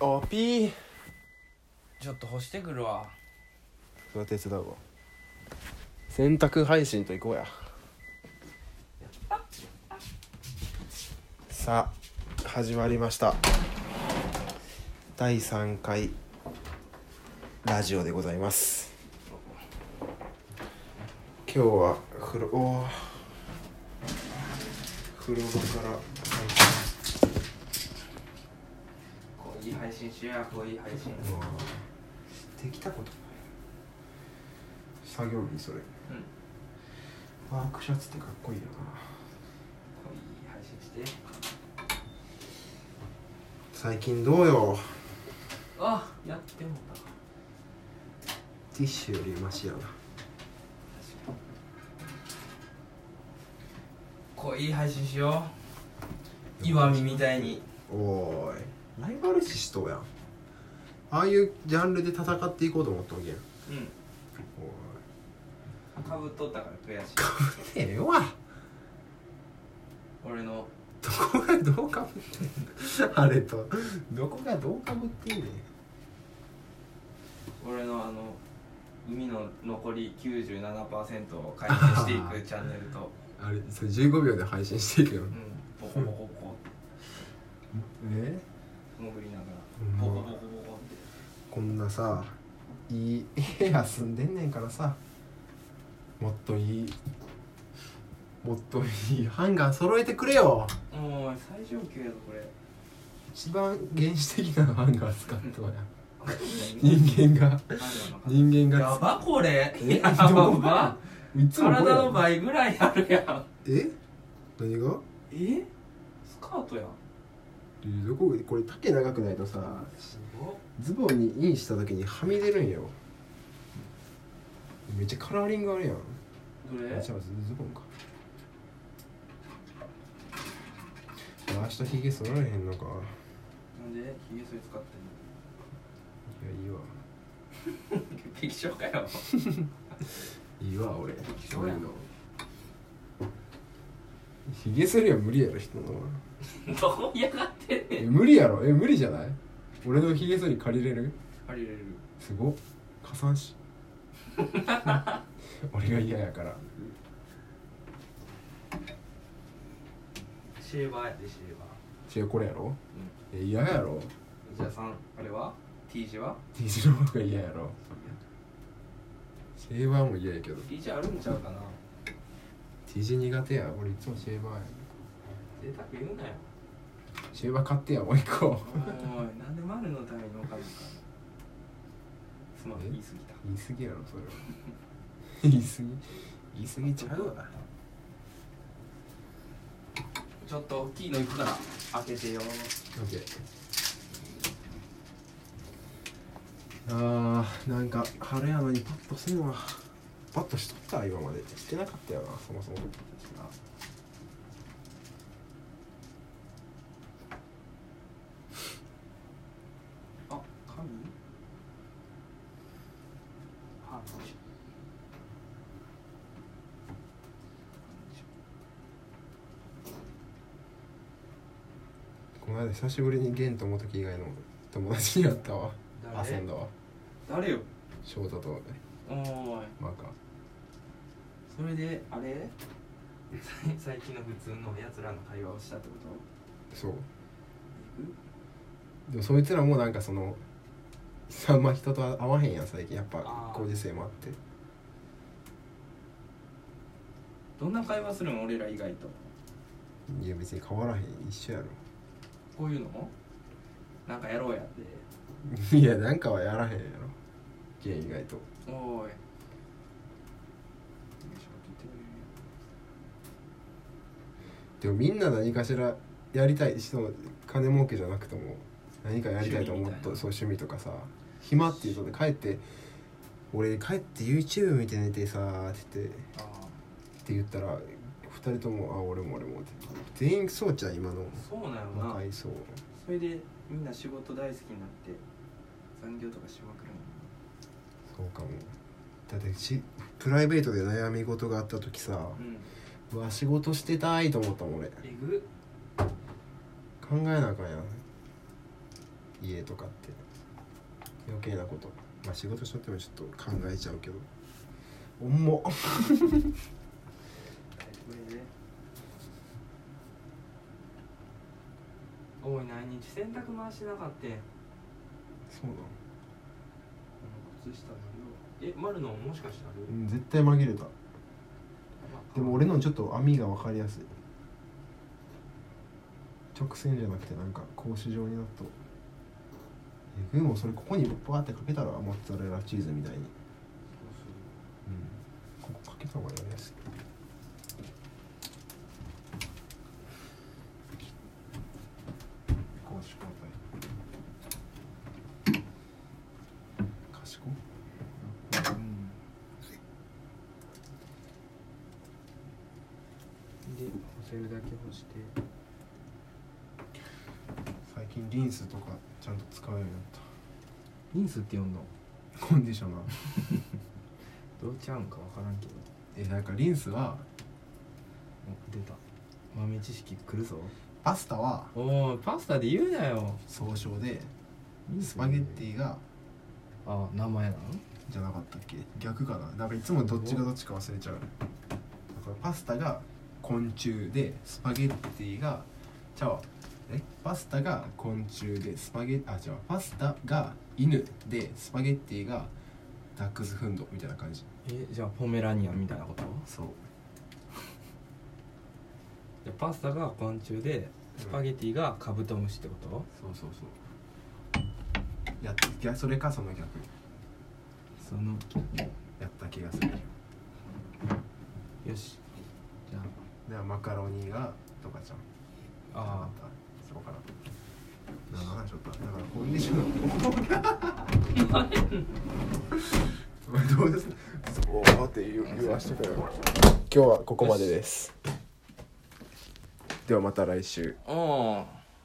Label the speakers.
Speaker 1: あピー
Speaker 2: ちょっと干してくるわ
Speaker 1: それは手伝うわ洗濯配信と行こうやさあ始まりました第3回ラジオでございます今日は風呂おー風呂場から
Speaker 2: こういい配信しようやこういい配信
Speaker 1: できたことない作業着それ
Speaker 2: うん
Speaker 1: ワークシャツってかっこいいよな
Speaker 2: こういい配信して
Speaker 1: 最近どうよ
Speaker 2: あやってもだ確
Speaker 1: ティッシュよりマシやな
Speaker 2: かにこういい配信しよう岩見みたいに
Speaker 1: おーいライバル視しとうやんああいうジャンルで戦っていこうと思ったわけやん
Speaker 2: うん
Speaker 1: お
Speaker 2: かぶっとったから悔しい
Speaker 1: ーいてええわ
Speaker 2: 俺の
Speaker 1: どこがどうかぶってんのあれとどこがどうかぶってんねん
Speaker 2: 俺のあの海の残り97%を 回復していくチャンネルと、
Speaker 1: あれそれ15秒で配信していくよ
Speaker 2: うん、ボコボコボコ
Speaker 1: え
Speaker 2: 潜りなが
Speaker 1: うん
Speaker 2: らボコボコボコって
Speaker 1: こんなさいい部屋住んでんねんからさもっといいもっといいハンガー揃えてくれよ
Speaker 2: おい最上級やぞこ れ
Speaker 1: 一番原始的なハンガー使っとうやん
Speaker 2: 人
Speaker 1: 人間が人間
Speaker 2: や
Speaker 1: が
Speaker 2: ばこれ
Speaker 1: え
Speaker 2: や
Speaker 1: どう
Speaker 2: ば
Speaker 1: いつもこれ
Speaker 2: 体の倍ぐらいあるやん
Speaker 1: え何が
Speaker 2: えスカートやん
Speaker 1: どここれ丈長くないとさ
Speaker 2: すごっ
Speaker 1: ズボンにインした時にはみ出るんよめっちゃカラーリングあるやん
Speaker 2: どれ
Speaker 1: あ違うズボンか明日ひげ剃られへんのか
Speaker 2: なんでヒゲ剃り使っ
Speaker 1: いやいいわ
Speaker 2: てんの適当か よ
Speaker 1: いいわ俺
Speaker 2: そうやん
Speaker 1: ひげ剃りは無理やろ人の
Speaker 2: どうやがってんね
Speaker 1: え
Speaker 2: ん
Speaker 1: 無理やろえ無理じゃない俺のひげ剃り借りれる
Speaker 2: 借りれる
Speaker 1: すごっ加算し 俺が嫌やから
Speaker 2: シェーバーやでシェーバ
Speaker 1: 違うこれやろえ嫌やろ
Speaker 2: ーじゃあさんあれは T 字は
Speaker 1: T 字の方が嫌やろシェーバーも嫌やけど
Speaker 2: T 字あるんちゃうかな
Speaker 1: T 字苦手や俺いつもシェーバーや
Speaker 2: 贅沢言うなよ
Speaker 1: シェーバー買ってやもう一個
Speaker 2: おいなんで丸のためにお金かすまん
Speaker 1: え
Speaker 2: 言い過ぎた
Speaker 1: 言い過ぎやろ それは言い過ぎ言い過ぎちゃうわ
Speaker 2: ちょっと大きいの行くから開けてよ
Speaker 1: OK あーなんか春やのにパッとせんわパッとしとった今までしてなかったよなそもそも
Speaker 2: あ紙はあよいしょ
Speaker 1: この間久しぶりに玄と元樹以外の友達に会ったわ
Speaker 2: 誰
Speaker 1: 遊んだわ
Speaker 2: 誰よ
Speaker 1: 翔太と
Speaker 2: おーい
Speaker 1: マカ
Speaker 2: それであれさい 最近の普通のやつらの会話をしたってこと
Speaker 1: そう
Speaker 2: 行く
Speaker 1: でもそいつらもなんかそのあんま人と会わへんやん最近やっぱ
Speaker 2: あー
Speaker 1: こういう性もあって
Speaker 2: どんな会話するの俺ら以外と
Speaker 1: いや別に変わらへん一緒やろ
Speaker 2: こういうのなんかやろうやっ て
Speaker 1: いやなんかはやらへんやろゲイ以外と
Speaker 2: おーいよいしょ聞いてくれるよ
Speaker 1: でもみんな何かしらやりたいその金儲けじゃなくても何かやりたいと思っ
Speaker 2: 趣味みたい
Speaker 1: と
Speaker 2: な
Speaker 1: そう趣味とかさ暇っていうとね帰って俺帰って YouTube 見て寝てさーって言ってっ
Speaker 2: ああ
Speaker 1: て言ったら二人とも「あ俺も俺も」って全員そうじゃん今の
Speaker 2: そうなのな
Speaker 1: 若いそう
Speaker 2: それでみんな仕事大好きになって残業とかしまくるの
Speaker 1: そうかもだってしプライベートで悩み事があった時さ
Speaker 2: うん
Speaker 1: うわ仕事してたいと思ったもん俺
Speaker 2: えぐ
Speaker 1: 考えなあかんやん家とかって余計なことまあ仕事しとってもちょっと考えちゃうけど重っ
Speaker 2: これでおい何日洗濯回してなかった
Speaker 1: そう
Speaker 2: 靴下の量え丸のもしかしてあ
Speaker 1: な
Speaker 2: る、
Speaker 1: ん絶対紛れた
Speaker 2: まあ
Speaker 1: でも俺のちょっと網が分かりやすい直線じゃなくてなんか格子状になっとえグーもそれここにバーってかけたらモッツァレラチーズみたいに、うん、
Speaker 2: そうそう
Speaker 1: ここかけた方がやりやすい攻守交代賢い
Speaker 2: うんで干せるだけ干して
Speaker 1: 最近リンスとかちゃんと使うようになっ
Speaker 2: リンスって呼んの
Speaker 1: たコンディショナー
Speaker 2: どうちゃうんかわからんけど
Speaker 1: えなんかリンスは
Speaker 2: お出た豆知識くるぞ
Speaker 1: パスタは
Speaker 2: おおパスタで言うなよ
Speaker 1: 総称でスパゲッティが
Speaker 2: あ名前なの
Speaker 1: じゃなかったっけ逆かななんかいつもどっちがどっちか忘れちゃうだからパスタが昆虫でスパゲッティがちゃうわえパスタが昆虫でスパゲッあ違うパスタが犬でスパゲッティがダックスフンドみたいな感じ
Speaker 2: えじゃあポメラニアンみたいなこと
Speaker 1: そう
Speaker 2: でパスタが昆虫でスパゲティがカブトムシってこと、
Speaker 1: そうそうそうやっいやそれかその逆
Speaker 2: その
Speaker 1: やった気がする
Speaker 2: よしじゃ
Speaker 1: でマカロニがとかちゃん
Speaker 2: ああ
Speaker 1: あそうかななんか話しとっただからコンディション どうですおーって言う言わしてから今日はここまでですではまた来週
Speaker 2: ああ